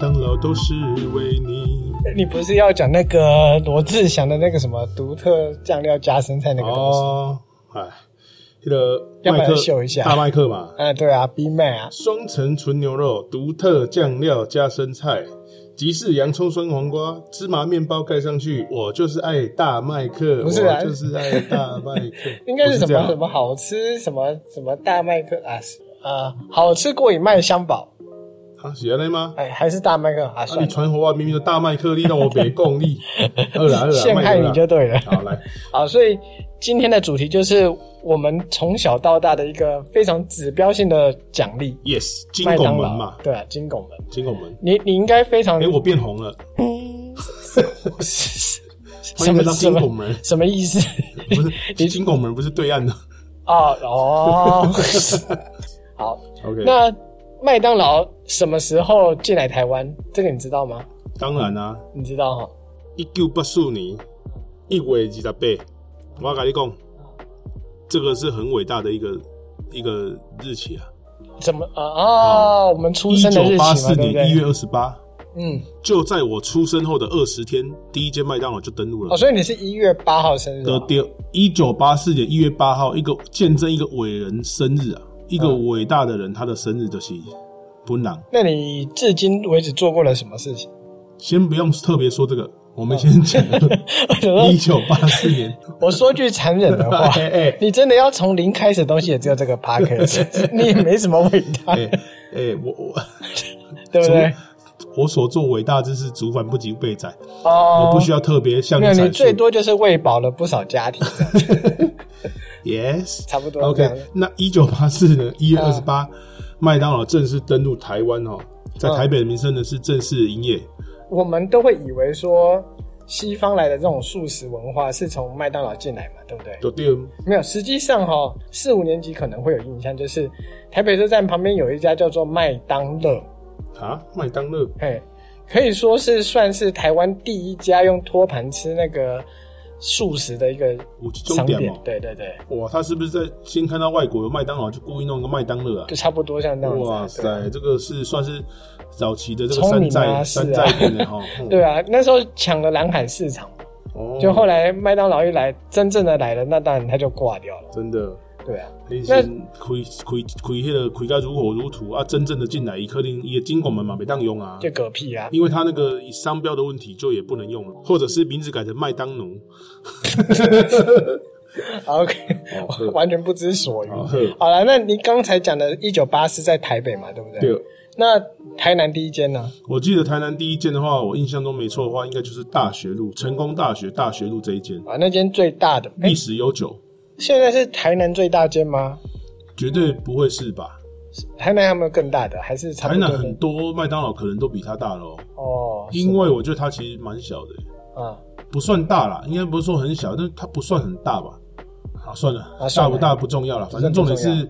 等老都是为你。 你不是要讲那个罗志祥的那个什么独特酱料加生菜那个东西？哦，哎，那个要不麦然克秀一下大麦克嘛，哎、对啊，B 妹啊，双层纯牛肉，独特酱料加生菜，集市洋葱酸黄瓜，芝麻面包盖上去。我就是爱大麦克，不是啊，我就是爱大麦克 应该不是这什么样啊什么好吃什么什么大麦克啊是啊，好吃过瘾麦香堡，啊？原来吗？哎，还是大麦克啊，啊，算你了，传话明明就大麦克力，让我别共 力，二啦二啦，陷害你就对了。好来，好，所以今天的主题就是我们从小到大的一个非常指标性的奖励 yes， ——金麦拱当门劳。嘛，对啊，金拱门。金拱门。你你应该非常哎、我变红了，欢 什迎来么到什金么拱门，什么意思？ 不是金拱门不是对岸的。哦哦，好， OK， 那麦当劳什么时候进来台湾？这个你知道吗？当然啦、啊，你知道哈？一九八四年一月二十八，我跟你讲，这个是很伟大的一个一个日期啊，怎么啊？哦，我们出一生的九日期八嘛，四对不年一对？月二十八，嗯，就在我出生后的二十天，第一间麦当劳就登陆了哦，。所以你是一月八号生日得哦，丢一九八四年一月八号，一个见证一个伟人生日啊，一个嗯伟大的人，他的生日就是本人。那你至今为止做过了什么事情？先不用特别说这个，我哦们先 讲我想说一九八四年。 我说句残忍 的话，哎哎你真的要从零开始的东西，也只有这个 p a r k 你也没什么伟大，哎哎，我我对不对？我所做伟大之事，竹反不及被宰，哦，我不需要特别向没有，阐你述。最多就是喂饱了不少家庭，这样 yes，差不多这 OK 样。。嗯那一九八四年一月二十八，麦当劳正式登陆台湾哦，在嗯台北的民生呢是正式营业。我们都会以为说西方来的这种素食文化是从麦当劳进来嘛，对不对？就对，没有，实际上哈、四五年级可能会有印象，就是台北车站旁边有一家叫做麦当乐，啊，麦当乐嘿，可以说是算是台湾第一家用托盘吃那个素食的一个有这种商店店哦。。对对对，哇，他是不是在先看到外国有麦当劳，就故意弄个麦当乐啊？就差不多像那样子哇啊。对啊塞，这个是算是早期的这个聪山明寨、啊是啊山寨店的哈。嗯 对，啊，那时候抢了蓝海市场，哦，就后来麦当劳一来，真正的来了，那当然它就挂掉了。真的，对啊，你是亏亏亏迄个亏个如火如荼啊！真正的进来，伊可能伊的金拱门嘛没当用啊，就嗝屁啊！ 因为他那个商标的问题就也不能用了，或者是名字改成麦当奴。 OK，哦我对完全不知所云。哦对好了，那你刚才讲的1984是在台北嘛，对不对？。对，那台南第一间呢？我记得台南第一间的话，我印象中没错的话，应该就是大学路成功大学大学路这一间，啊，那间最大的，哎历史悠久，现在是台南最大间吗？绝对不会是吧？台南有没有更大的？还是差台不多南的？很多麦当劳可能都比它大喽，哦，是因为我觉得它其实蛮小的，欸啊，不算大啦，应该不是说很小，但是它不算很大吧？啊，算了，啊大算了不大不重要了，反正重点不是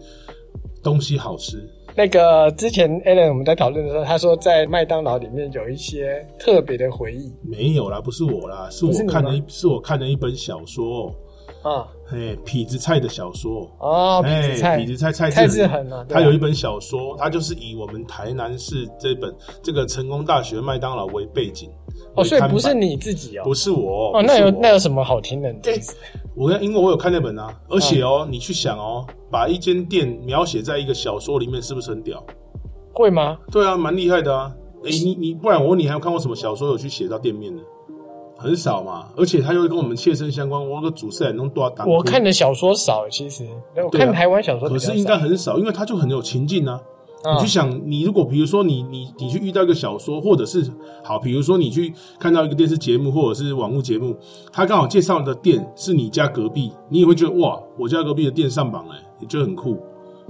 东西好吃。那个之前 Alan 我们在讨论的时候，他说在麦当劳里面有一些特别的回忆没有啦，不是我啦，是不是我你看了吗一是我看了一本小说，啊，哎，痞子蔡的小说。哦，痞哎子，菜，痞子蔡蔡蔡志志恒，恒啊，对啊他有一本小说，他就是以我们台南市这本这个成功大学麦当劳为背景。哦，为所以看不是板，你自己哦，不是我哦，那有不是我那有什么好听的？真是我跟因为我有看那本嗯啊，而且哦，你去想哦，把一间店描写在一个小说里面，是不是很屌？会吗？对啊，蛮厉害的啊。诶、你你不然我问你，还有看过什么小说有去写到店面的？很少嘛，而且它又跟我们切身相关。我那个主持人弄多大？我看的小说少，其实我对啊看台湾小说比可较少，是应该很少，因为它就很有情境啊。嗯你去想，你如果比如说你你你去遇到一个小说，或者是好，比如说你去看到一个电视节目或者是网络节目，他刚好介绍的店是你家隔壁，你也会觉得哇，我家隔壁的店上榜了，也就很酷。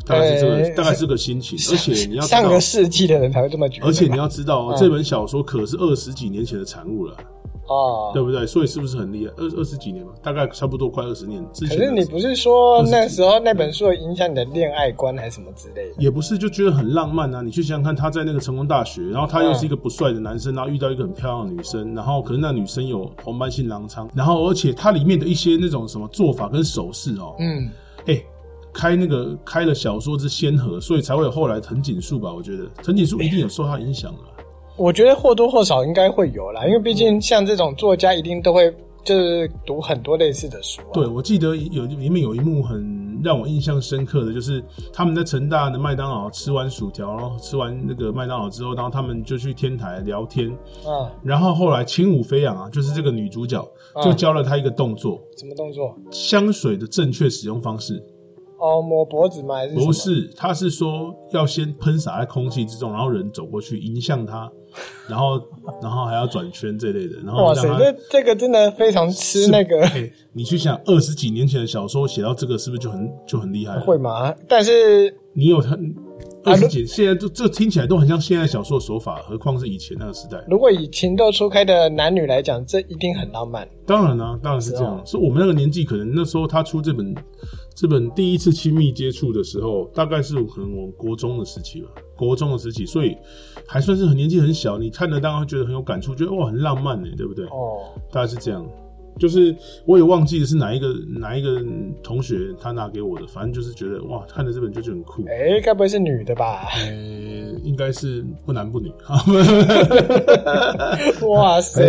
大概是这个，呃大概是个心情。而且你要知上道个，世纪的人才会这么觉得吧，而且你要知道、哦嗯，这本小说可是二十几年前的产物了，哦，对不对？所以是不是很厉害？二二十几年嘛，大概差不多快二十年之可前的。是你不是说那时候那本书有影响你的恋爱观还是什么之类的？也不是就觉得很浪漫啊。你去想想看，他在那个成功大学，然后他又是一个不帅的男生，然后遇到一个很漂亮的女生，然后可能那女生有红斑性狼疮，然后而且它里面的一些那种什么做法跟手势哦，嗯，哎、开那个开了小说之先河，所以才会有后来藤井树吧？我觉得藤井树一定有受他影响了。啊我觉得或多或少应该会有啦，因为毕竟像这种作家一定都会就是读很多类似的书、啊。对，我记得有里面有一幕很让我印象深刻的，就是他们在成大的麦当劳吃完薯条，然后吃完那个麦当劳之后，然后他们就去天台聊天，啊，然后后来轻舞飞扬啊，就是这个女主角嗯就教了她一个动作，什么动作？香水的正确使用方式。哦，抹脖子吗？还是什么不？是，他是说要先喷洒在空气之中，然后人走过去迎向他，然 后然后还要转圈这类的，然后哇塞，让这他。这个真的非常吃那个哎、你去想二十几年前的小说写到这个，是不是就很就很厉害了？啊会啊吗？但是你有很二十几，现在这这听起来都很像现在小说的手法，何况是以前那个时代。如果以情窦初开的男女来讲，这一定很浪漫。当然啦、啊当然是这样。是我们那个年纪，可能那时候他出这本这本第一次亲密接触的时候，大概是可能我国中的时期吧，国中的时期，所以还算是很年纪很小。你看了当然会觉得很有感触，觉得哦哇很浪漫呢，对不对？哦，大概是这样。就是我也忘记是哪一个哪一个同学他拿给我的，反正就是觉得哇，看了这本就觉得很酷。哎，该不会是女 的吧？呃，应该是不男不女。哇塞！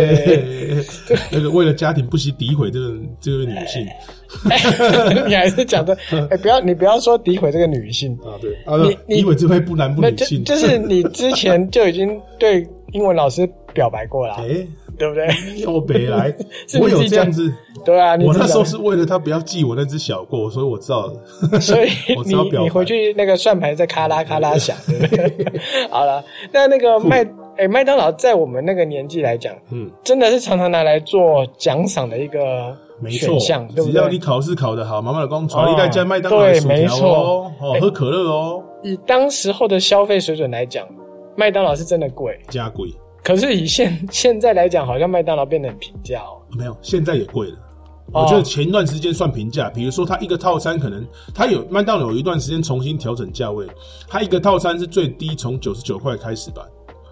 对，那个为了家庭不惜诋毁这个这位女性 你还是讲 的，哎，不要你不要说诋毁这个女性，啊，对啊，你你诋毁这位不男不那女就性，就是你之前就已经对英文老师表白过 了 啊，哎，对不对？又北来 是，你我有自己这样子，对啊，你我知那道时候是为了他不要记我那只小过，所以我知道了。所以 我知你道表白你回去那个算盘在咔啦咔啦响，对 不对？好了，那那个麦哎麦当劳在我们那个年纪来讲，嗯，真的是常常拿来做奖赏的一个没错选项，，对不只要你对？考试考得好，妈妈老公传一袋加麦当劳哦的对薯条哦，哦哎，喝可乐哦，以当时候的消费水准来讲，麦当劳是真的贵，加贵可是以现 现在来讲，好像麦当劳变得很平价哦。没有，现在也贵了。哦我觉得前段时间算平价，比如说它一个套餐可能它有麦当劳有一段时间重新调整价位，它一个套餐是最低从九十九块开始吧，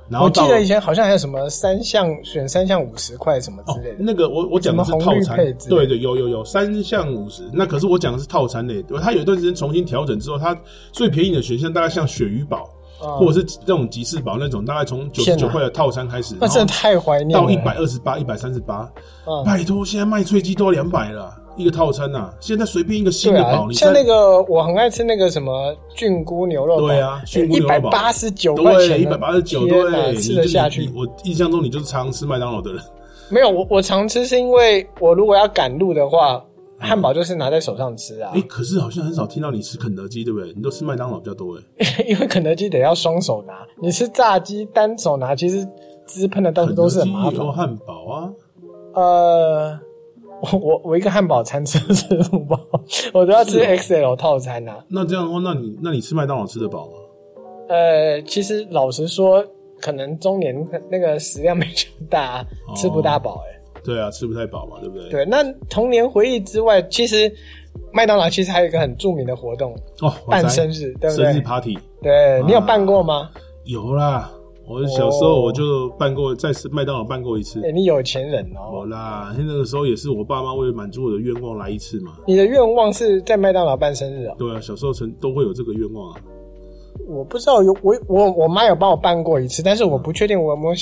然后我记到得以前好像还有什么三项选三项五十块什么哦之类的，那个我我讲的是什么红套绿餐配之，类对的对有有有三项五十，那可是我讲的是套餐类，它有一段时间重新调整之后，它最便宜的选项大概像鳕鱼堡、哦或者是那种吉士堡那种，大概从九十天九哪块的套餐开始，那然后真的太怀念了。到一百二十八、一百三十八嗯，拜托，现在卖脆鸡都要两百了啊，一个套餐呐、现在随便一个新对的啊堡，，你像在那个我很爱吃那个什么菌菇牛肉堡，哎对啊，熏一牛百肉堡八十九块钱呢，对，一百八十九，天哪对，吃你得就下你去你？我印象中你就是常吃麦当劳的人，没有，我我常吃是因为我如果要赶路的话，嗯汉堡就是拿在手上吃啊哎、，可是好像很少听到你吃肯德基，对不对？你都吃麦当劳比较多，哎。 因为肯德基得要双手拿，你吃炸鸡单手拿，其实汁喷的到处都是很麻肯德基烦有。汉堡啊，呃，我 我我一个汉堡餐吃吃不饱， 我都要吃 XL 套餐啊。那这样的话，那你那你吃麦当劳吃得饱吗？呃，其实老实说，可能中年那个食量没这么大，吃不大饱哎、对啊，吃不太饱嘛，对不对？对，那童年回忆之外，其实麦当劳其实还有一个很著名的活动，哦，我办才生日，对不生日对？ party 对你有办过吗？有啦，我小时候我就办过，在麦当劳办过一次哦哎、。你有钱人哦。有啦，那个时候也是我爸妈为了满足我的愿望来一次嘛。你的愿望是在麦当劳办生日哦？对啊，小时候曾都会有这个愿望啊。我不知道有我我我妈有帮我办过一次，但是我不确定我有没有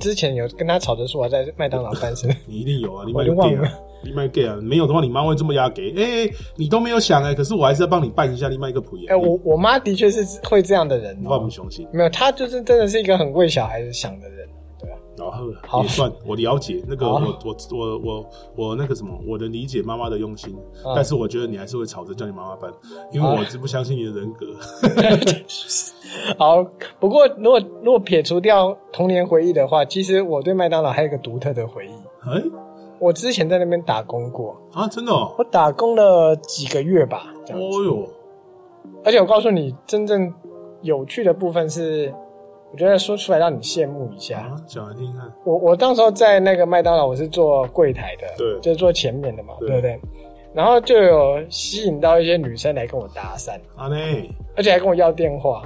之前有跟她吵着说我在麦当劳办生日。你一定有啊，你我卖就个忘 gay 了啊，你卖 gay 啊，没有的话你妈会这么压给。哎、你都没有想哎、可是我还是要帮你办一下，你卖个普耶。哎、我我妈的确是会这样的人你哦、望不雄心。没有，她就是真的是一个很为小孩子想的人，对吧、然好后也算我了解那个好我我我我我那个什么，我能理解妈妈的用心，啊但是我觉得你还是会吵着叫你妈妈办，因为啊我是不相信你的人格。 好，不过如果如果撇除掉童年回忆的话，其实我对麦当劳还有一个独特的回忆。哎、我之前在那边打工过，啊，真的哦，我打工了几个月吧，这样子。哦哟，而且我告诉你，真正有趣的部分是，我觉得说出来让你羡慕一下。啊，讲来听听看，我我当时候在那个麦当劳，我是做柜台的，对就是做前面的嘛，对对不对？然后就有吸引到一些女生来跟我搭讪，阿内而且还跟我要电话。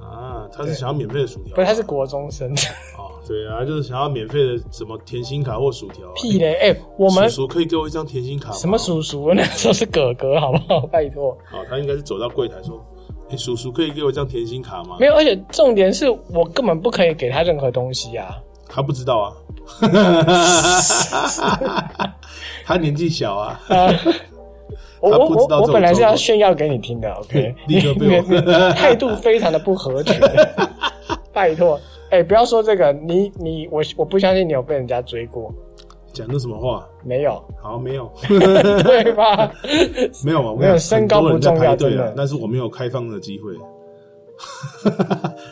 啊，他是想要免费的薯条，不是，他是国中生， 哦，对啊，就是想要免费的什么甜心卡或薯条、啊。屁嘞！哎、我们叔叔可以给我一张甜心卡吗 什么？叔叔？那时候是哥哥，好不好？拜托。哦，他应该是走到柜台说：“哎，叔叔可以给我一张甜心卡吗？没有，而且重点是我根本不可以给他任何东西啊。他不知道 啊，他年纪小啊，呃我他我不知道我这我种本来是状要况炫耀给你 听的，OK？立刻被我你你 态度非常的不合群，拜托，哎、不要说这个，你你我我不相信你有被人家追过，讲的什么话？没有，好，没 有，对吧？没有啊，我跟你没有讲身很高多人不重在排要队真啊的，但是我没有开放的机会。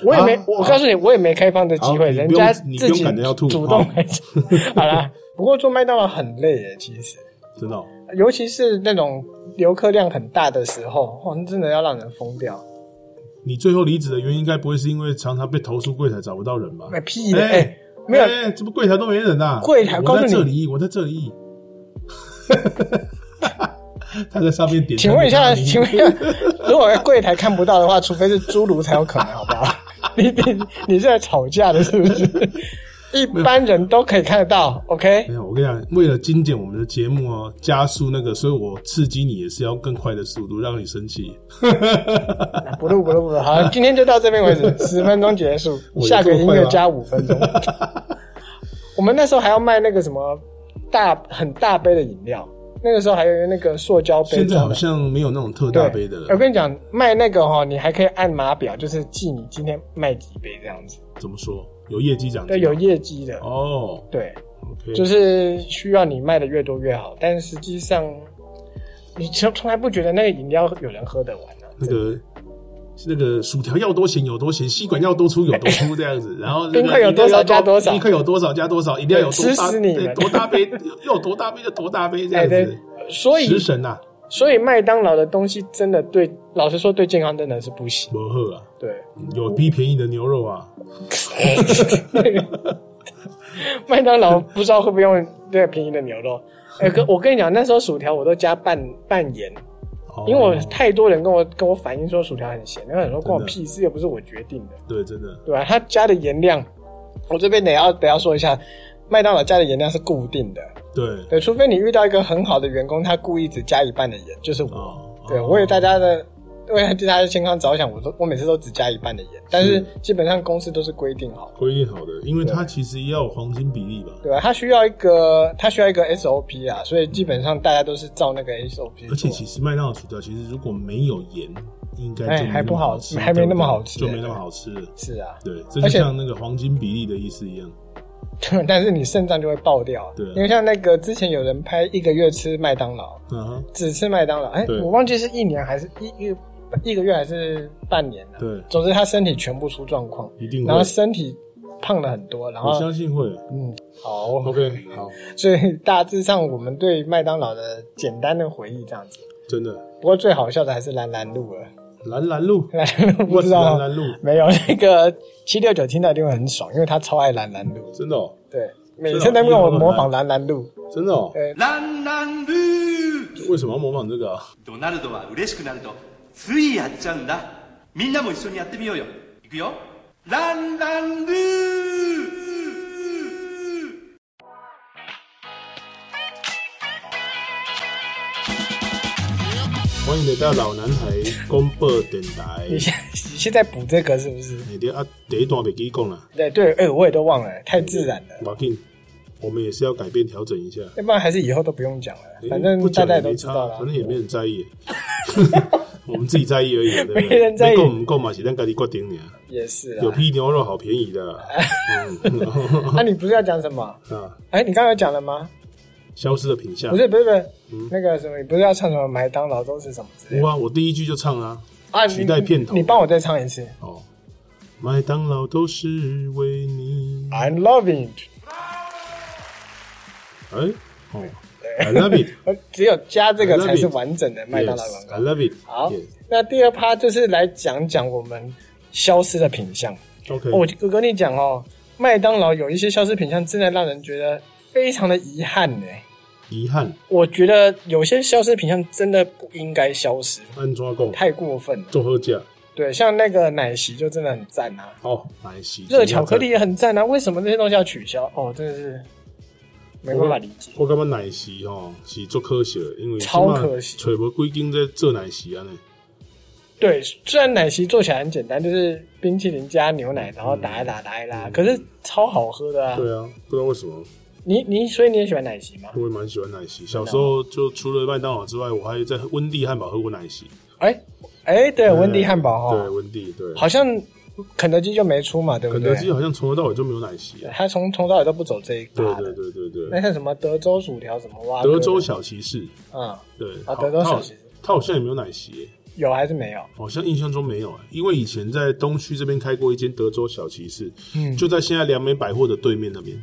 我也没，啊我告诉你，我也没开放的机好会，你人不用家你自不用己赶着要吐主好动来做。 好啦，不过做麦当劳很累耶，其实，真的哦、尤其是那种游客量很大的时候，哦哇，那真的要让人疯掉。你最后离职的原因，应该不会是因为常常被投诉柜台找不到人吧？哎屁的，哎、没有哎这不柜台都没人呐、啊。柜台我告诉在你这里，我在这 里。他在上面点。请问一下，请问一下，如果柜台看不到的话，除非是侏儒才有可能，好不好？你你你是在吵架的，是不 是？一般人都可以看得到，OK？没哎有，我跟你讲，为了精简我们的节目哦，加速那个，所以我刺激你也是要更快的速度，让你生气。不录不录不录， 好，今天就到这边为止，十分钟结束，我有下个这么音快乐吗加五 分钟。我们那时候还要卖那个什么大很大杯的饮料，那个时候还有那个塑胶杯现在装好的。像没有那种特对大杯的我了，跟你讲，卖那个哈、你还可以按码表，就是记你今天卖几杯这样子，怎么说？有业绩奖金对，吗？有业绩的，哦对。 ，OK，就是需要你卖的越多越好，但实际上你从从来不觉得那个饮料有人喝得完啊。那个那个薯条要多咸有多咸，吸管要多粗有多粗这样子，然后那个冰块有多少加多少冰块有多少加多少，一定要有多吃大死你对们多大杯，有多大杯就多大杯这样子，哎对所以食神啊呐，所以麦当劳的东西真的对，老实说对健康真的是不行。不喝啊，对，有比便宜的牛肉啊， 麦当劳不知道会不会用这个便宜的牛肉。哎、哥，我跟你讲，那时候薯条我都加半半盐，哦因为我太多人跟我跟我反映说薯条很咸，那个人说关我真的屁事，又不是我决定的。对真的对吧、它加的盐量，我这边得要得要说一下，麦当劳加的盐量是固定的，对对，除非你遇到一个很好的员工，他故意只加一半的盐，就是我，哦，对哦我为大家的为了大家的健康着想，我都我每次都只加一半的盐，但是基本上公司都是规定好，规定好的，因为它其实要有黄金比例吧，对吧、它需要一个它需要一个 SOP 啊，所以基本上大家都是照那个 SOP 做。而且其实麦当劳薯条其实如果没有盐，应该哎就没还那不么好好吃，还没那对不对么好吃就哎没那么好吃了，是啊，对，这就而且像那个黄金比例的意思一样。但是你肾脏就会爆掉，对啊因为像那个之前有人拍一个月吃麦当劳，嗯哼，只吃麦当劳，哎、对我忘记是一年还是一一个一个月还是半年了、对总之他身体全部出状况，一定会然后身体胖了很多，然我后相信会。嗯，好， OK，好，所以大致上我们对麦当劳的简单的回忆这样子。真的，不过最好笑的还是蓝蓝 路了，蓝蓝路，蓝蓝路不我知是道蓝吗蓝路，没有 那个七六九听到一定会很爽，因为他超爱蓝蓝路，真的哦，对，每次都跟我模仿蓝蓝路，真的哦。对，ランランルー为什么要模仿这个啊？ドナルドは嬉しくなるとついやっちゃうんだみんなも一緒にやってみようよいくよランランルー欢迎来到老男孩公播电台。你现 你现在补这个是不是？哎，第啊第一段别给讲啦，对对，哎、我也都忘了，太自然了。马进，我们也是要改变调整一下。要不然还是以后都不用讲了，反哎正不大讲家也也都没知差道了。反正也没人在意。 我们自己在意而已，对啊不对？ 没人在意够不够嘛？是咱家己决定的。也是啊有啦。批牛肉好便宜的 啊，嗯 啊那、你不是要讲什么？啊，哎、你刚才有讲了吗？消失的品相不。是不是不是，嗯那个什么，你不是要唱什么麦当劳都是什么之类的哇，我第一句就唱啊，啊？取代片头你你帮我再唱一次。哦，麦当劳都是为你。 I'm loving，it 哎、哦，I love it，呃只有加这 I 个 love 才是 it 完整的 麦当劳广 yes, 告。 I love it，好那第二趴就是来讲讲我们消失的品相。 ，OK，我我跟你讲哦，麦当劳有一些消失品相，真的让人觉得非常的遗憾呢、遗憾，我觉得有些消失品相真的不应该消失，安抓贡太过分了。做喝价，对，像那个奶昔就真的很赞啊，好，奶昔，热巧克力，也很赞啊，为什么这些东西要取消？哦，真的是没办法理解。我感觉奶昔哦是做科学，因为超可惜吹无几斤在做奶昔啊呢，对，虽然奶昔做起来很简单，就是冰淇淋加牛奶，然后打一打打一打，可是超好喝的啊！嗯对啊，不知道为什么，你你所以你也喜欢奶昔吗？我也蛮喜欢奶昔。哦小时候就除了麦当劳之外，我还在温蒂汉堡喝过奶昔。哎哎，对，温蒂汉堡对，哈，温蒂对。好像肯德基就没出嘛，对不肯对德？基好像从头到尾就没有奶昔啊。他从从头到尾都不走这一对挂对的。对对那对，像什么德州薯条什么哇，德州小骑士，嗯，对，啊好德州它小好骑士它好像也没有奶昔耶，有还是没有？好像印象中没有啊，因为以前在东区这边开过一间德州小骑士，嗯就在现在良美百货的对面那边。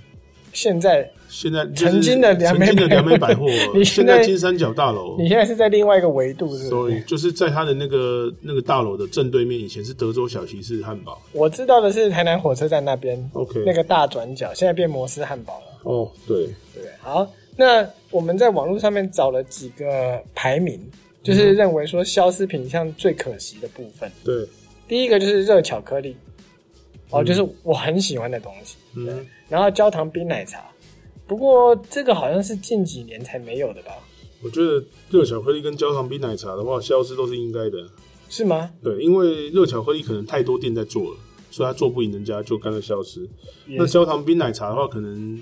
现在现在就是曾经的良美百，曾经的良美百货 你现现在在金三角大楼，你现在是在另外一个维度，是不所以是？就是在它的那个那个大楼的正对面，以前是德州小骑士汉堡。我知道的是台南火车站那边 OK 那个大转角，现在变摩斯汉堡了。哦，对，对，好，那我们在网络上面找了几个排名，就是认为说消失品项最可惜的部分。对，第一个就是热巧克力，哦，就是我很喜欢的东西。嗯，然后焦糖冰奶茶，不过这个好像是近几年才没有的吧？我觉得热巧克力跟焦糖冰奶茶的话，消失都是应该的。是吗？对，因为热巧克力可能太多店在做了，所以它做不赢人家，就干脆消失。也那焦糖冰奶茶的话，可能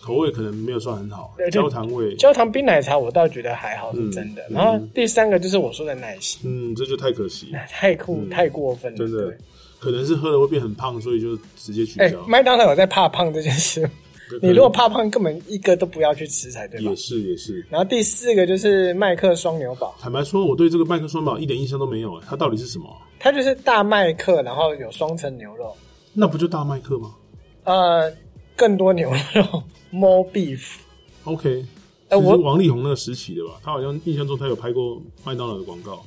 口味可能没有算很好对，就焦糖味，焦糖冰奶茶我倒觉得还好，是嗯真的。嗯然后第三个就是我说的奶昔，嗯，这就太可惜，太酷、太过分了，嗯真的哎对。。可能是喝了会变很胖，所以就直接取哎、消。麦当劳有在怕胖这件事，你如果怕胖，根本一个都不要去吃才对吧也？是也是，然后第四个就是麦克双牛堡，坦白说，我对这个麦克双堡一点印象都没有，哎它到底是什么？它就是大麦克，然后有双层牛肉，那不就大麦克吗呃，更多牛肉 more beef。 ？OK，哎这我是王力宏那个时期的吧？他好像印象中他有拍过麦当劳的广告，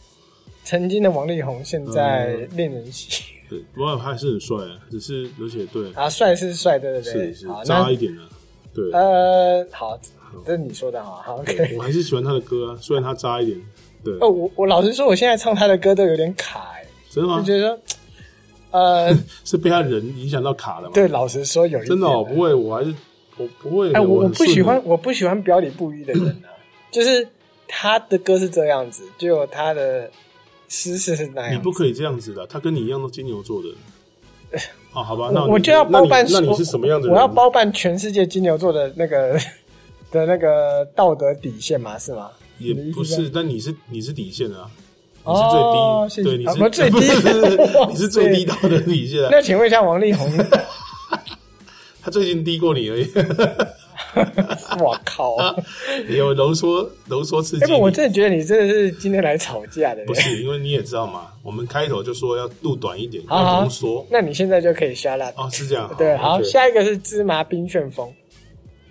曾经的王力宏，现在令人喜。对，不过他还是很帅啊，只是而且对，啊，帅是帅，对对对，是是好，渣那一点的，对。呃，好，这是你说的啊，好对，OK。 我还是喜欢他的歌啊，虽然他渣一点，对，哦，我我老实说，我现在唱他的歌都有点卡、欸，真的就吗？觉得说，呃，是被他人影响到卡了吗？，对，老实说有一点啊真的哦，不会，我还是我不会，哎，我我很不顺喜的欢，我不喜欢表里不一的人啊，就是他的歌是这样子，就有他的诗是那你样不子。可以这样子的，他跟你一样都金牛座的。哦，好吧，那我你我就要那包你办，那你是什么样的人？我要包办全世界金牛座的那个的那个道德底线嘛，是吗？也你的意思不这是，样但你是你是底线啊，你是最低，哦谢谢对，你啊是、不最低不是你是最低哇道德底线、啊。那请问一下王力宏，他最近低过你而已，我 靠！啊也有浓缩浓缩刺激要你。不我真的觉得你真的是今天来吵架的不人。是，因为你也知道嘛，我们开头就说要录短一点，好要好浓缩。那你现在就可以 shut up。哦，是这样。对，好， OK 下一个是芝麻冰旋风。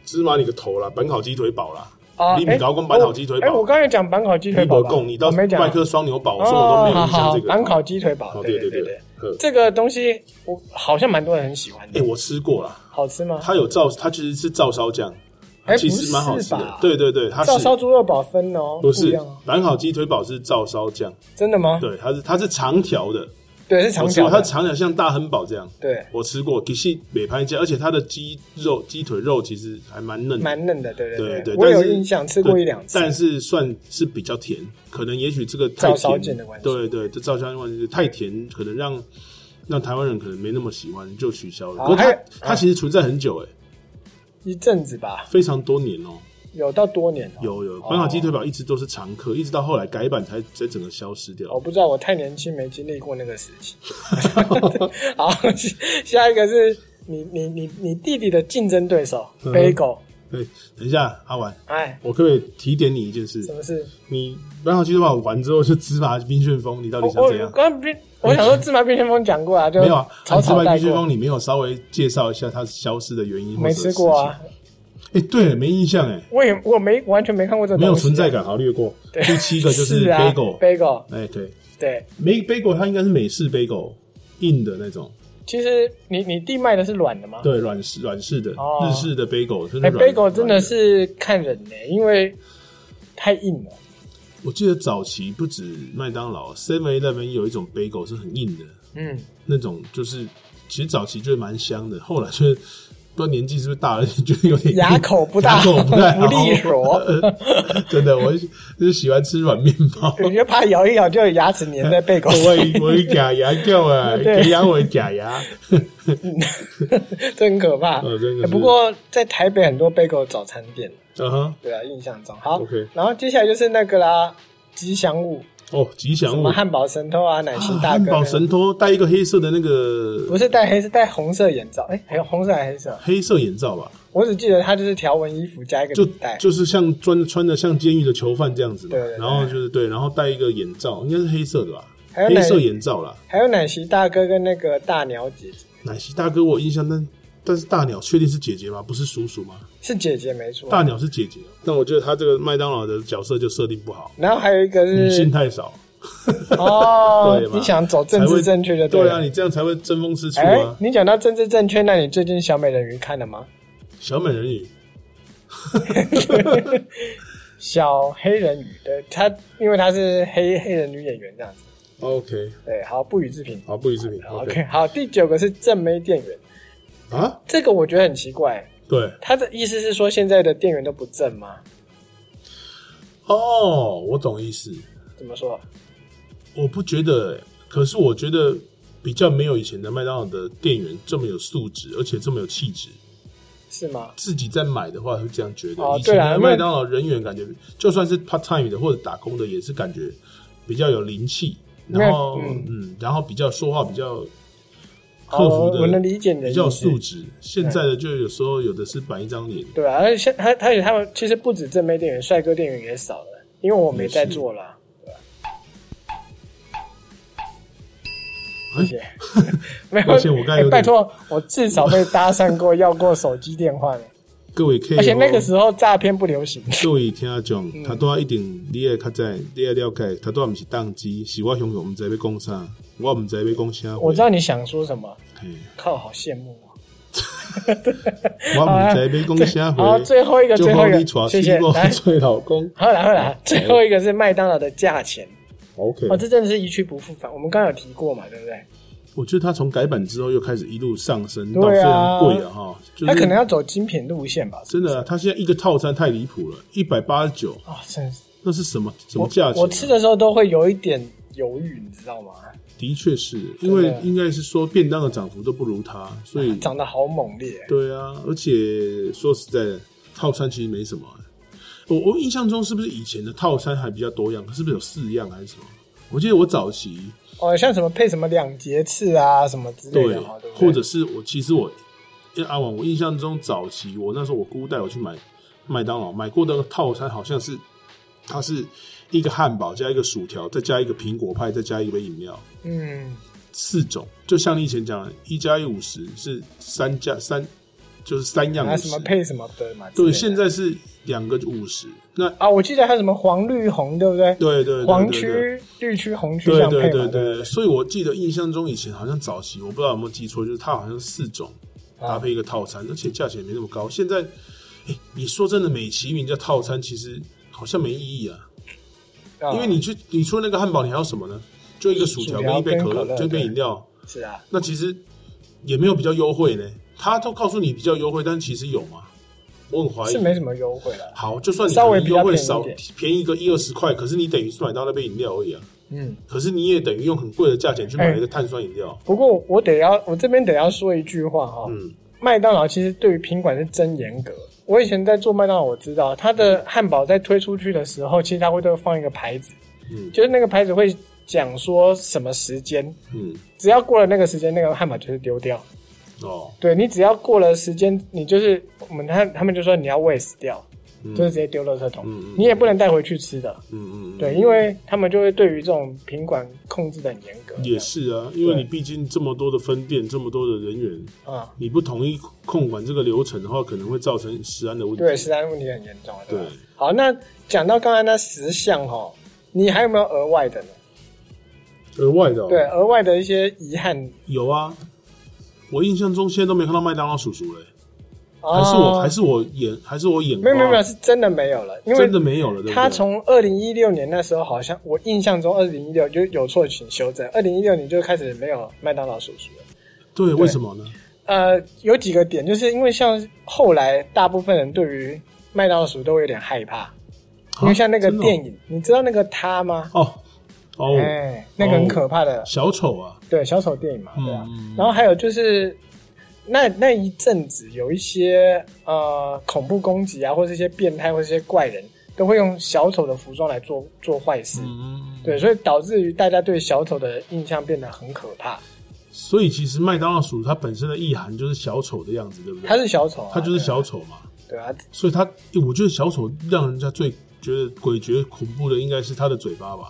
芝麻你个头啦，板烤鸡腿堡啦，哦，你哎米高公板烤鸡腿哎，我堡，刚才讲板烤鸡腿你堡不吧，供，你到我没讲麦克双牛堡，我哦，说我都没有好印象好这，个。板烤鸡腿堡哦，，对对对对，嗯这个东西我好像蛮多人很喜欢哎，的，我吃过啦，好吃吗？它有照，它其实是照烧酱，哎其实蛮好不吃是吧的。对对对，它是照烧猪肉堡分哦，不一是样哦，板烤鸡腿堡是照烧酱，真的吗？对，它是它是长条的，对，是我长吃角过，它的，长条像大亨堡这样，对，我吃过，其实美拍酱，而且它的鸡肉鸡腿肉其实还蛮嫩的，蛮嫩的，对对对对，我但有是印象，吃过对一两次。但是算是比较甜，可能也许这个太照烧甜酱的关系对对，这照烧酱的关系太甜，可能让让台湾人可能没那么喜欢，就取消了。好不过哦还它有啊它其实存在很久，哎，一阵子吧，非常多年哦、有到多年了。有有，板烤哦鸡腿堡一直都是常客，一直到后来改版才才整个消失掉。我不知道，我太年轻，没经历过那个时期。 好，下一个是你你你你弟弟的竞争对手嗯 Bagel， 对，等一下，阿玩，哎，我可不可以提点你一件事什？么事？你板烤鸡腿堡完之后就芝麻冰旋风，你到我底想我怎样？刚冰，我想说芝麻冰旋风讲过啊，就没有啊，草芝草麻带冰旋过风，，你没有稍微介绍一下它消失的原因或没者是吃过啊，事情。哎、对，没印象哎、我也我没完全没看过这东没西啊有存在。感，好略过。对啊第七个 就是 bagel，哎、 bagel，对，对，美 bagel 它应该是美式 bagel，硬的那种，其实你你弟卖的是软的吗？对，软式软式的、哦日式的 bagel，真的哎软、 ，bagel 真软的是看人呢，因为太硬了。我记得早期不止麦当劳，Seven Eleven 有一种 bagel 是很硬的，嗯，那种就是其实早期就是蛮香的，后来就是不知道年纪是不是大了，觉得有点硬牙口不大牙口 不太好不利索 真的，我就是喜欢吃软面 包。我觉得怕咬一咬就有牙齿粘在背口我 上， 会我会假牙掉啊，对给牙我会假牙。这很可怕。 呃真的哎是不过在台北很多贝狗早餐店，嗯哼，对啊，印象中好。 OK 然后接下来就是那个啦，吉祥物，哦，吉什祥物么，汉堡神偷啊，奶昔大汉哥、堡神偷戴一个黑色的那不个是戴黑，是戴红色眼罩。哎、还有红色还是黑色？黑色眼罩吧，我只记得他就是条纹衣服加一个就领带，就是像穿穿的像监狱的囚犯这样子嘛对对对。然后就是对，然后戴一个眼罩，应该是黑色的吧，还有黑哪色眼罩啦。还有奶昔大哥跟那个大鸟姐姐奶昔大哥我有印象，但但是大鸟确定是姐姐吗？不是叔叔吗？是姐姐没错。大鸟是姐姐，但我觉得他这个麦当劳的角色就设定不好，然后还有一个女性是太少。哦对，嘛你想走政才治会正确就对了。啊，你这样才会争风吃醋哎、啊！你讲到政治正确，那你最近小美人鱼看了吗？小美人鱼，小黑人鱼，对她，因为她是黑黑人女演员这样子。 OK，对，好，不予置评。好，不予置评。 OK，好，第九个是正妹店员，啊，这个我觉得很奇怪，对他的意思是说现在的店员都不正吗？哦，我懂意思。怎么说？我不觉得、可是我觉得比较没有以前的麦当劳的店员这么有素质，而且这么有气质。是吗？自己在买的话会这样觉得。哦以前对啊的因为麦当劳人员感觉，就算是 part time 的或者打工的，也是感觉比较有灵气，那然后嗯嗯然后比较说话比较哦克服的，我能理解你的比较有意思素质。现在的就有时候有的是板一张脸，对啊，而且他他而且他们其实不止正妹店员，帅哥店员也少了，因为我没在做啦。啊哎对吧？谢谢。没有，抱歉我刚才有哎点拜托，我至少被搭讪过，要过手机电话呢。 各位 K，嗯而且那个嗯时候诈骗不流行，各位听下讲，他都要一定你也较在，你也了解，他都要不是宕机，是我想我们在要讲啥，我唔知道要讲啥话，我知道你想说什么，嘿，靠，好羡慕啊！我唔知道要讲啥话。好啊最好啊最后一个就最后一帮个你娶媳谢谢妇来做老公好啦好啦，最后一个是麦当劳的价钱， ，OK。哦，这真的是一去不复返。我们刚刚有提过嘛，对不对？我觉得它从改版之后又开始一路上升到对非啊常贵了哈，就是他可能要走精品路线吧？真的啊，它现在一个套餐太离谱了，一百八十九，啊，真是那是什么什么我价钱啊、我吃的时候都会有一点犹豫，你知道吗？的确是因为真的应该是说便当的涨幅都不如它，所以啊长得好猛烈，对啊，而且说实在的，套餐其实没什么啊、我我印象中是不是以前的套餐还比较多样？是不是有四样还是什么？我记得我早期哦，像什么配什么两节翅啊，什么之类对的嘛，对不对？或者是我其实我因为阿王，我印象中早期我那时候我姑带我去买麦当劳买过的套餐，好像是它是一个汉堡加一个薯条，再加一个苹果派，再加一杯饮料，嗯，四种。就像你以前讲的，一加一五十是三加三，就是三样啊五什么十。配什么的嘛。对，之类现的在是两个五十。那啊，我记得还有什么黄绿红，对不对？对对对黄对对区、绿区、红区这对样配对嘛对，对，所以我记得印象中以前好像早期，我不知道有没有记错，就是它好像四种啊搭配一个套餐，而且价钱也没那么高。现在，哎，你说真的，美其名叫套餐，其实好像没意义啊，啊因为你去你除了那个汉堡，你还有什么呢？就一个薯条薯条跟一杯跟可乐可乐跟一杯对饮料，是啊，那其实也没有比较优惠呢。他都告诉你比较优惠，但其实有吗？我很怀疑是。没什么优惠了。好，就算你稍微可比能较优惠便宜一少点便宜个一二十块，可是你等于是买到那杯饮料而已啊。嗯，哎可是你也等于用很贵的价钱去买了一个碳酸饮料，不过我得要，我这边得要说一句话哈、嗯，麦当劳其实对于品管是真严格。我以前在做麦当劳，我知道它的汉堡在推出去的时候，其实它会都放一个牌子，嗯就是那个牌子会讲说什么时间，嗯，只要过了那个时间，那个汉堡就是丢掉。哦，对你只要过了时间，你就是我们他他们就说你要 waste 掉，嗯就是直接丢垃圾桶，嗯嗯你也不能带回去吃的。嗯嗯，对，因为他们就会对于这种品管控制的很严格。也是啊，因为你毕竟这么多的分店，这么多的人员，啊、你不统一控管这个流程的话，可能会造成食安的问题。对，食安问题很严重啊。吧对好，那讲到刚才那十项哈，你还有没有额外的呢？额外的、哦，对，，啊额外的一些遗憾，有啊，我印象中现在都没看到麦当劳叔叔嘞、欸还还是我还是我眼还是我眼啊哦没有没有没花有，是真的没有了，因为真的没有了，对不对？他从二零一六年那时候，好像我印象中二零一六就有错，请修正，二零一六年就开始没有麦当劳叔叔了。对为什么呢？呃，有几个点，就是因为像后来大部分人对于麦当劳鼠都会有点害怕，因为像那个真的哦电影，你知道那个他吗？哦哦，哎，那个很可怕的，小丑啊，对小丑电影嘛，对啊。嗯然后还有就是，那那一阵子有一些呃恐怖攻击啊，或是一些变态或是一些怪人，都会用小丑的服装来做做坏事。嗯，对，所以导致于大家对小丑的印象变得很可怕。所以其实麦当劳鼠它本身的意涵就是小丑的样子，对不对？他是小丑、啊，它嗯就是小丑嘛，对啊，所以它我觉得小丑让人家最觉得诡谲恐怖的应该是它的嘴巴吧，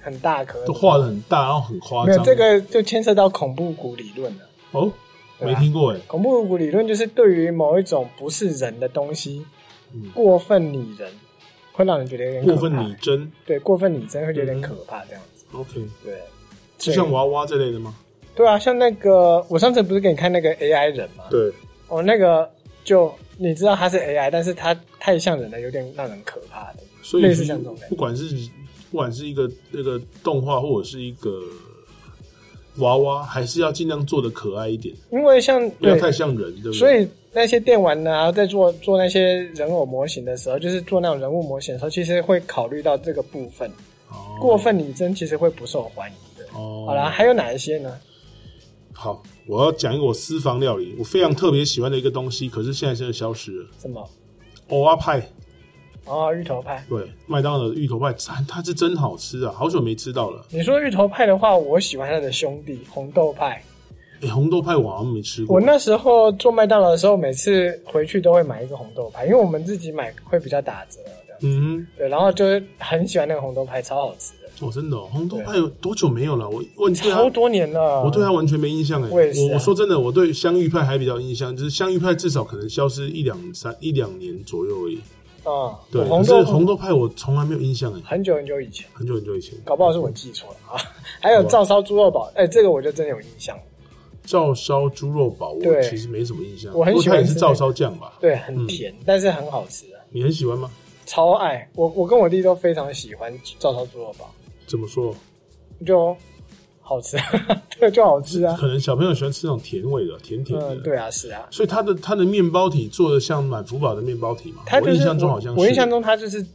很大颗都。画的很大，然后很夸没有张。这个就牵涉到恐怖谷理论了。哦，对没啊听过哎，恐怖谷理论就是对于某一种不是人的东西嗯过分拟人，会让人觉得有点可过怕分拟真对过分拟真会觉得有点可怕这样子。 ，OK，对，嗯就对像娃娃这类的吗？对啊，像那个我上次不是给你看那个 AI 人吗？对，哦，那个就你知道他是 AI，但是他太像人了，有点让人可怕的。所以类是似像这种感觉不管是不管是一个那个动画或者是一个娃娃，还是要尽量做的可爱一点，因为像不要对，太像人，对不对？所以那些电玩呢、在做做那些人偶模型的时候，就是做那种人物模型的时候，其实会考虑到这个部分。哦过分拟真其实会不受欢迎的。哦，好啦，还有哪一些呢？好，我要讲一个我私房料理，我非常特别喜欢的一个东西，可是现在现在消失了。什么？欧阿派，哦，芋头派。对，麦当劳的芋头派，它它是真好吃啊，好久没吃到了。你说芋头派的话，我喜欢他的兄弟红豆派。诶，红豆派我好像没吃过。我那时候做麦当劳的时候，每次回去都会买一个红豆派，因为我们自己买会比较打折这样嗯，对，然后就是很喜欢那个红豆派，超好吃的，我真的、哦，红豆派有多久没有了？我我对啊它超，多年了。我对它完全没印象哎、哦我也是啊我我说真的，我对香芋派还比较印象，就是香芋派至少可能消失一两三一两年左右而已。啊、对，红可豆是红豆派我从来没有印象哎、很久很久以前，很久很久以前，搞不好是我记错了啊。 还有照烧猪肉堡，哎、这个我就真的有印象，照烧猪肉堡我对其实没什么印象，我很不过喜它欢也是吃照那个烧酱吧？对，很甜，但是很好吃啊，你很喜欢吗？超爱。我我跟我弟都非常喜欢照烧猪肉堡，怎么说？就好吃， 对，就好吃啊。可能小朋友喜欢吃那种甜味的，甜甜的。嗯，对啊，是啊。所以它的它的面包体做的像满福堡的面包体嘛？它就我是印象中好像是。我印象中它就是，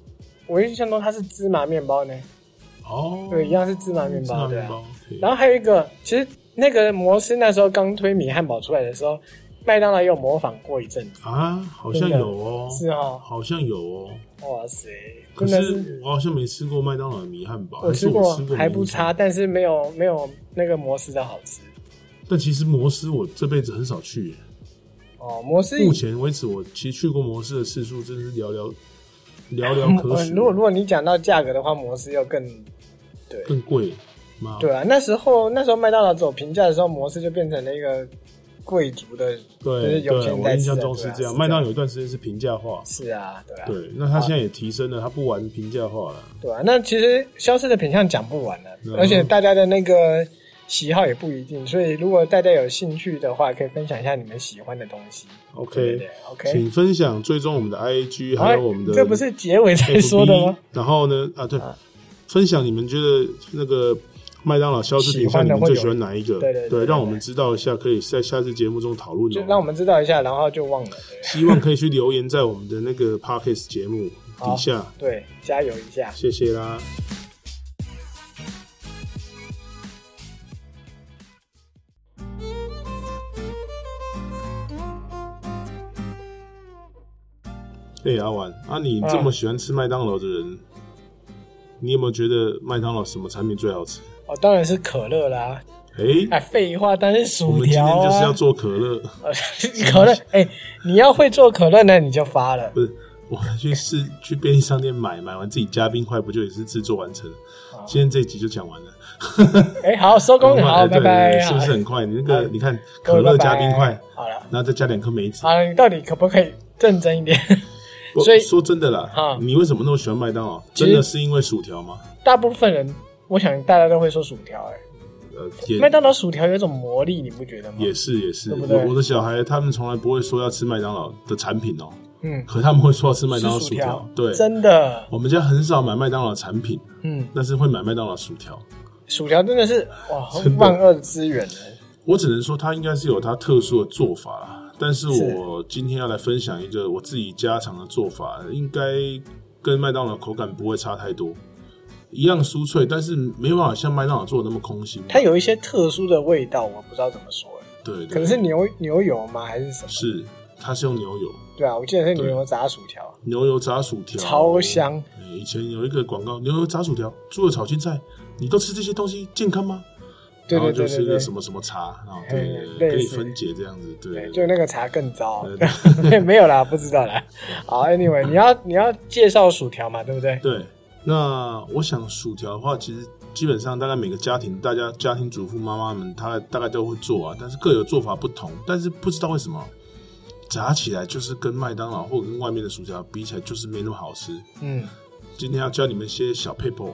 我印象中它是芝麻面包呢，哦，对，一样是芝麻面芝麻包，对面啊。包。对然后还有一个，其实那个摩斯那时候刚推米汉堡出来的时候，麦当劳也有模仿过一阵子，啊，好像真的有哦，是哦，好像有哦。哇塞，可真的是是我好像没吃过麦当劳的米汉堡，我还是吃我过吃过还不米汉堡差，。但是没有没有那个摩斯的好吃但其实摩斯我这辈子很少去耶，哦。摩斯目前为止我其实去过摩斯的次数真是寥寥寥寥可哦呃数，如果如果你讲到价格的话，摩斯又更更贵。妈，对啊。那时候那时候麦当劳走平价的时候，摩斯就变成了一个贵族的，就对是有对，钱我在印吃象的中对是啊这样。是麦这当样劳有一段时间是平价化，是啊，对啊，对，那他现在也提升了，他不玩平价化了。对啊，那其实消失的品相讲不完了，嗯而且大家的那个喜好也不一定，所以如果大家有兴趣的话，可以分享一下你们喜欢的东西。对不 OK，对，OK。啊请分享、追踪我们的 IG，还有我们的这不是结尾才 FB 说的吗？？然后呢？啊，对，分享你们觉得那个麦当劳消失品喜上欢你的们会最有喜欢哪一个？对对对对让我们知道一下，可以在下次节目中讨论就让我哦。们知道一下，然后就忘了。希望可以去留言在我们的那个 Podcast 节目底好下，对，对加油一下。谢谢啦。哎、阿婉，啊，你这么喜欢吃麦当劳的人，你有没有觉得麦当劳什么产品最好吃？哦，当然是可乐啦。哎、哎，废话，当然是我薯们今条天就是要啊。做可乐，可乐，哎，你要会做可乐呢，你就发了。不是？我们去试去便利商店买，买完自己加冰块，不就也是制作完成了？啊今天这一集就讲完了。哎，好，收工，很快好，哎对拜拜。是不是好嗯很快？你那个你看，可各位乐拜加拜冰块，好了，然后再加两颗梅子。好了，你到底可不可以认真一点？我所以说真的啦啊，你为什么那么喜欢麦当劳？其真实的是因为薯条吗？大部分人，我想大家都会说薯条、哎，呃，也麦当劳薯条有一种魔力，你不觉得吗？也是也是，对不对我我的小孩他们从来不会说要吃麦当劳的产品哦，嗯，可他们会说要吃麦当劳吃薯薯条条。对，真的，我们家很少买麦当劳产品，嗯，但是会买麦当劳薯条。薯条真的是哇 真的万恶之源哎我只能说它应该是有它特殊的做法啦。但是是我今天要来分享一个我自己家常的做法，应该跟麦当劳口感不会差太多，一样酥脆，但是没办法像麦当劳做的那么空心。它有一些特殊的味道，我不知道怎么说，哎对，对可能是牛牛油吗？还是什么？是它是用牛油，对啊，我记得是牛油炸薯条，牛油炸薯条超香。哎以前有一个广告，牛油炸薯条，猪油炒青菜，你都吃这些东西健康吗？对对然后对就是对一个对，什么什么茶，然后嘿对，类给你似分解这样子，对对，就那个茶更糟啊对，对 嗯没有啦，不知道啦。好，anyway，你要你要介绍薯条嘛，对不对？对，那我想薯条的话，其实基本上大概每个家庭，大家家庭主妇妈妈们，她大概都会做啊，但是各有做法不同。但是不知道为什么炸起来就是跟麦当劳或者跟外面的薯条比起来，就是没那么好吃。嗯，今天要教你们一些小 paper，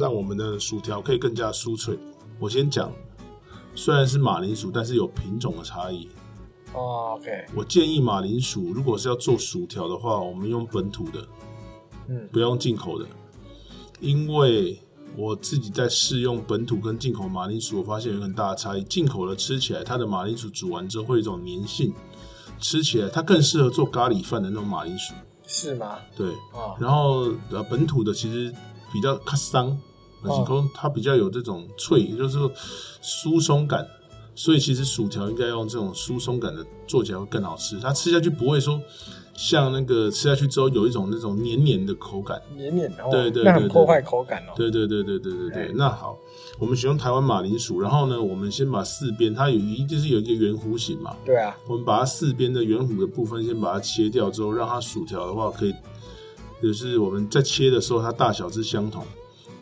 让我 们的薯条可以更加酥脆。我先讲，虽然是马铃薯，但是有品种的差异。哦，OK，我建议马铃薯，如果是要做薯条的话，我们用本土的，嗯不要用进口的，因为我自己在试用本土跟进口马铃薯，我发现有一个很大的差异。进口的吃起来，它的马铃薯煮完之后会有一种粘性，吃起来它更适合做咖喱饭的那种马铃薯，是吗？对。哦，然后呃，本土的其实比较卡桑，然后它比较有这种脆，也就是说疏松感。所以其实薯条应该用这种疏松感的做起来会更好吃，它吃下去不会说像那个吃下去之后有一种那种黏黏的口感。黏黏的，哦对对那对对很破坏口感哦。对对对对对对对。哎那好，我们使用台湾马铃薯，然后呢，我们先把四边它有一定是有一个圆弧形嘛，对啊，我们把它四边的圆弧的部分先把它切掉之后，让它薯条的话可以，就是我们在切的时候它大小是相同。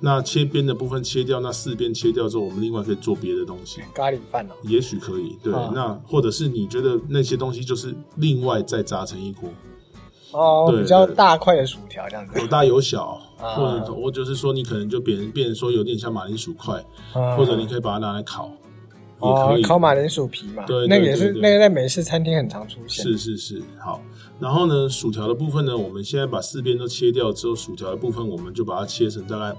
那切边的部分切掉，那四边切掉之后，我们另外可以做别的东西，咖喱饭哦，也许可以。对，啊那或者是你觉得那些东西就是另外再炸成一锅，哦，对比较对大块的薯条这样子，有大有小，啊或者或就是说你可能就别人变成说有点像马铃薯块，嗯或者你可以把它拿来烤，也哦可以。烤马铃薯皮嘛，对对那个也是对对那个在美式餐厅很常出现。是是是，好。然后呢，薯条的部分呢，我们现在把四边都切掉之后，薯条的部分我们就把它切成大概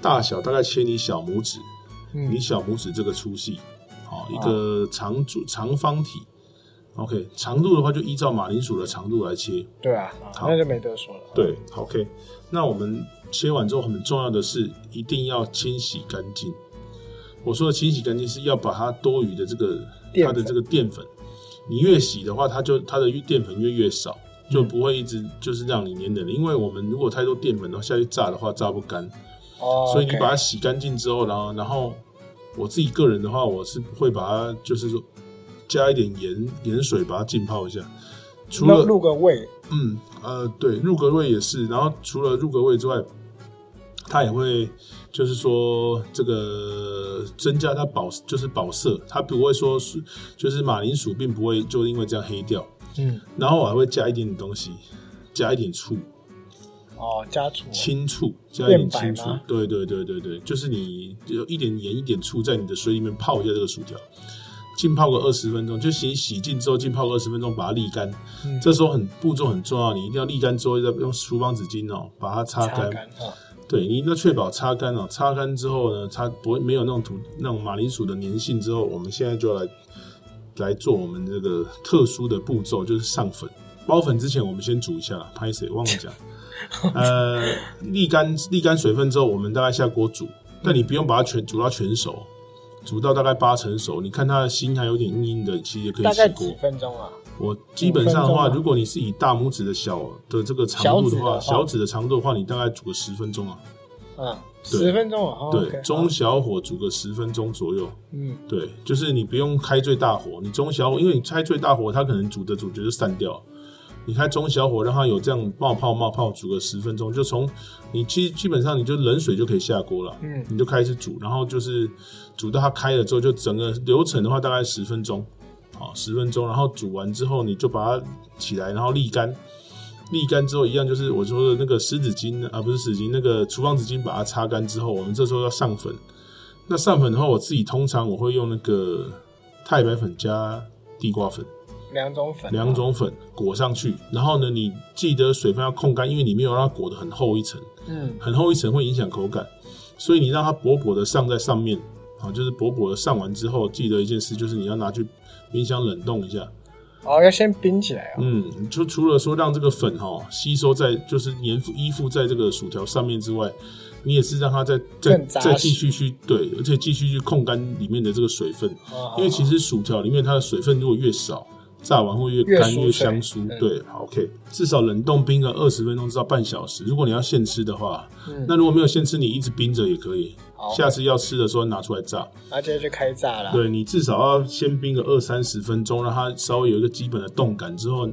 大小大概切你小拇指，嗯你小拇指这个粗细，好一哦个长柱长方体。OK，长度的话就依照马铃薯的长度来切。对啊，好那就没得说了。对，OK。那我们切完之后，很重要的是一定要清洗干净。我说的清洗干净是要把它多余的这个淀它的粉这个淀粉，你越洗的话，它就它的淀粉越越少，就嗯不会一直就是让你黏黏的。因为我们如果太多淀粉的话下去炸的话，炸不干，哦，所以你 OK 把它洗干净之后，然后然后我自己个人的话，我是会把它就是说加一点盐盐水把它浸泡一下。除了入入个味，嗯，呃，对，入格位也是。然后除了入格位之外，它也会就是说这个增加它保就是保色，它不会说是就是马铃薯并不会就因为这样黑掉。嗯，然后我还会加一点点东西，加一点醋，哦，加醋，青醋，加一点变白青醋吗。对对对对对，就是你有一点盐一点醋在你的水里面泡一下这个薯条。浸泡个二十分钟，就洗洗净之后浸泡个二十分钟，把它沥干。嗯这时候很步骤很重要，你一定要沥干之后再用厨房纸巾哦把它擦擦干。干啊，对，你一定要确保擦干哦，擦干之后呢，它不会没有那种土那种马铃薯的粘性。之后，我们现在就来来做我们这个特殊的步骤，就是上粉。包粉之前，我们先煮一下啦，拍谁忘了讲。呃，沥干沥干水分之后，我们大概下锅煮，但你不用把它全煮到全熟，煮到大概八成熟。你看它的心还有点硬硬的，其实也可以大概起锅几。分钟啊？我基本上的五分话，钟啊如果你是以大拇指的小的这个长度的话，小指的话哦小指的长度的话，你大概煮个十分钟啊。嗯，对十分钟啊，哦对， OK，中好小火煮个十分钟左右。嗯，对，就是你不用开最大火，你中小火，因为你开最大火，它可能煮着煮着就散掉了。你开中小火，让它有这样冒泡冒泡，煮个十分钟，就从你基基本上你就冷水就可以下锅了。嗯你就开始煮，然后就是煮到它开了之后，就整个流程的话大概十分钟，好，十分钟，然后煮完之后你就把它起来，然后沥干。沥干之后，一样就是我说的那个湿纸巾啊，不是湿纸巾，那个厨房纸巾把它擦干之后，我们这时候要上粉。那上粉的话，我自己通常我会用那个太白粉加地瓜粉两种粉，啊两种粉裹上去，然后呢，你记得水分要控干，因为你没有让它裹得很厚一层，嗯，很厚一层会影响口感，所以你让它薄薄的上在上面，啊，就是薄薄的上完之后，记得一件事，就是你要拿去冰箱冷冻一下。哦，要先冰起来哦。嗯，就除了说让这个粉哈、吸收在就是粘附依附在这个薯条上面之外，你也是让它再再更扎实再继续去对，而且继续去控干里面的这个水分，嗯哦因为其实薯条里面它的水分如果越少，炸完会越越干酥越香脆酥。嗯对好，OK，至少冷冻冰个二十分钟至到半小时。如果你要现吃的话，那如果没有现吃，你一直冰着也可以嗯好。下次要吃的时候拿出来炸。然后接着就开炸了。对你至少要先冰个二三十分钟，让它稍微有一个基本的动感之后，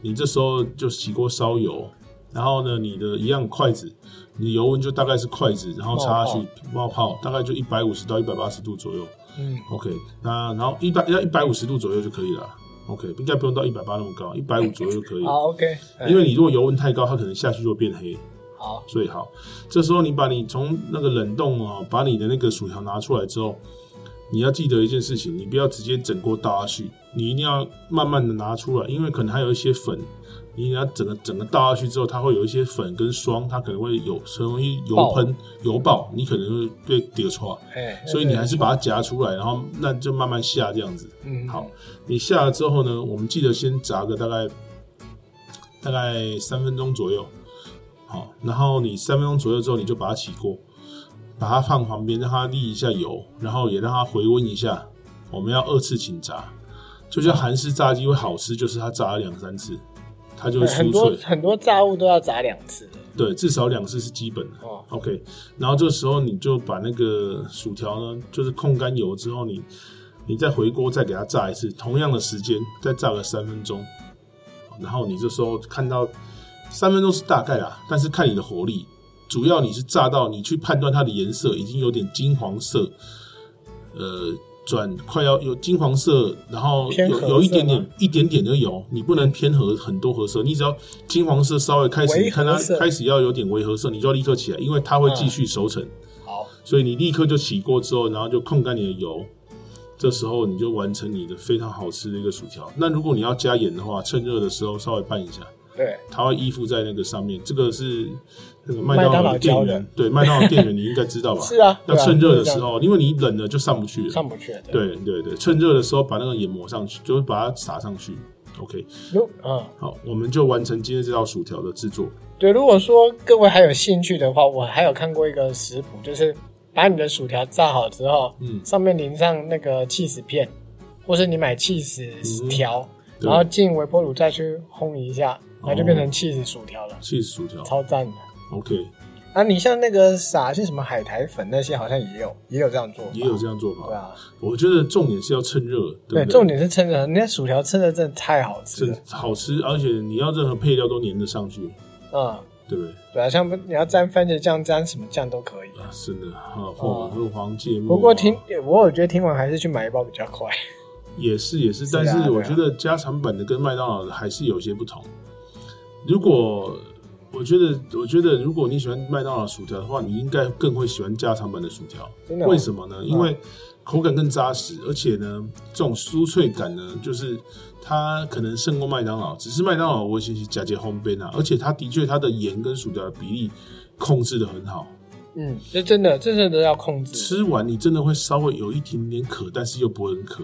你这时候就起锅烧油，然后呢，你的一样筷子，你油温就大概是筷子，然后插下去冒泡，大概就一百五十到一百八十度左右。嗯，OK，那然后一百要一百五十度左右就可以了。OK，应该不用到一百八那么高，一百五左右就可以。好，OK，嗯因为你如果油温太高，它可能下去就会变黑。好，最好。这时候你把你从那个冷冻啊，把你的那个薯条拿出来之后，你要记得一件事情，你不要直接整锅倒下去，你一定要慢慢的拿出来，因为可能还有一些粉。你要整个整个倒下去之后，它会有一些粉跟霜，它可能会有很容易油爆喷、油爆，你可能会被叠出哎，所以你还是把它夹出来，然后那就慢慢下这样子。嗯好，你下了之后呢，我们记得先炸个大概大概三分钟左右。好，然后你三分钟左右之后，你就把它起锅，把它放旁边，让它沥一下油，然后也让它回温一下。我们要二次请炸，就像韩式炸鸡会好吃，就是它炸了两三次，它就会嗯酥很多脆。很多炸物都要炸两次。对，至少两次是基本的。哦 OK，然后这时候你就把那个薯条呢，就是控干油之后你，你再回锅再给它炸一次，同样的时间再炸个三分钟，然后你这时候看到三分钟是大概啦，但是看你的火力，主要你是炸到你去判断它的颜色已经有点金黄色，呃。转快要有金黄色，然后偏有褐有一色点点吗一点点的油，你不能偏和很多和色，你只要金黄色稍微开始，微你看它褐色开始要有点微和色，你就要立刻起来，因为它嗯会继续熟成，好，所以你立刻就起锅之后，然后就控干你的油，这时候你就完成你的非常好吃的一个薯条。那如果你要加盐的话，趁热的时候稍微拌一下，对，它会依附在那个上面。这个是那个麦麦当当劳劳的店教的员，对麦当劳店员 你应该知道吧？是啊要对啊趁热的就是这时样候，因为你冷了就上不去了。上不去的。，对对对，趁热的时候把那个盐抹上去，就是把它撒上去。OK，如嗯，好，我们就完成今天这道薯条的制作。对，如果说各位还有兴趣的话，我还有看过一个食谱，就是把你的薯条炸好之后，嗯上面淋上那个 cheese 片，或是你买 cheese 条，嗯对哦然后进微波炉再去烘一下，然后就变成 cheese 薯条了，气薯条超赞的。 ，OK，啊，你像那个撒些什么海苔粉那些，好像也有也有这样做法，也有这样做对法。啊，我觉得重点是要趁热，对不对，对？重点是趁热，那薯条趁热真的太好吃了是，好吃，而且你要任何配料都粘得上去，嗯，对不对？对啊，像你要沾番茄酱、沾什么酱都可以。啊，是的，啊，或者黄芥末啊。哦不过听我有觉得听完还是去买一包比较快。也是也是，是啊但是我对啊觉得家常版的跟麦当劳的还是有些不同。如果我觉得，我觉得如果你喜欢麦当劳薯条的话，你应该更会喜欢家常版的薯条。真的哦为什么呢？因为口感更扎实，而且呢，这种酥脆感呢，就是它可能胜过麦当劳。只是麦当劳我其实假借烘焙啊，而且它的确它的盐跟薯条的比例控制的很好。嗯，这真的，这真的要控制。吃完你真的会稍微有一点点渴，但是又不会很渴，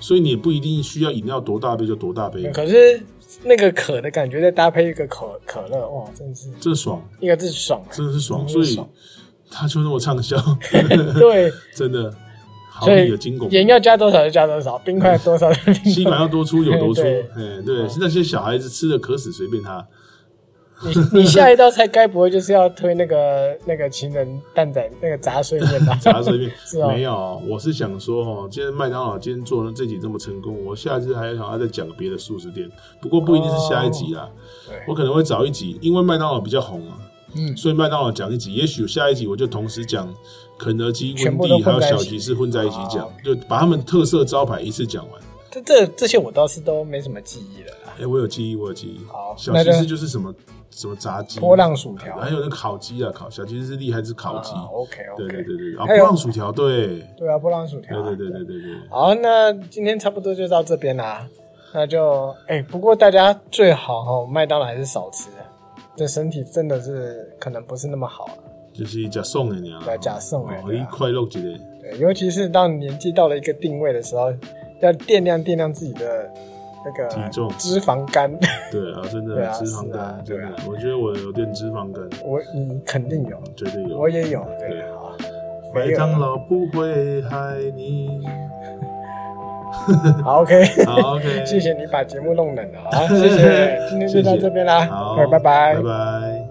所以你也不一定需要饮料多大杯就多大杯，嗯可是那个渴的感觉，再搭配一个可可乐，哇，真的是这爽，一个字爽啊。真的是爽，嗯所以爽它就那么畅销， 对，真的好所你以的金拱，盐要加多少就加多少，冰块多少就 冰吸管要多出有多出， 对哦哎，对，那些小孩子吃的渴死随便 他，你你下一道菜该不会就是要推那个那个情人蛋仔那个杂碎 面吧？砸随便是啊没有，我是想说哦，今天麦当劳今天做的这集这么成功，我下次还想要再讲别的素食店，不过不一定是下一集啦，哦对我可能会找一集，因为麦当劳比较红啊。嗯，所以麦当劳讲一集，也许下一集我就同时讲肯德基、全温部都蒂还有混在一小起吉士混在一起讲哦，就把他们特色招牌一次讲完。这这这些我倒是都没什么记忆了啦。哎、我有记忆，我有记忆。好小那吉就士就是什么什么炸鸡、波浪薯条还有那烤鸡啊，烤小吉士是厉害是烤鸡。啊，OK 对 OK，对对对，啊，波还有浪薯条，对，对啊，波浪薯条对对啊，对对对对。好，那今天差不多就到这边啦。那就哎、不过大家哦最好哈、麦当劳还是少吃，对身体真的是可能不是那么好、啊。就是假送的呀，对吃爽的哦对啊你快乐一个。对，尤其是当年纪到了一个定位的时候，要掂量掂量自己的那个体重脂肪肝。对啊，真的对啊脂肪是啊肝，真对啊的，我觉得我有点脂肪肝，我你肯定有，绝对有。我也有，对对，好麦当劳不会害你。好，OK，好，OK， 谢谢你把节目弄冷了啊，谢谢，今天就到这边啦，好，拜拜。拜拜。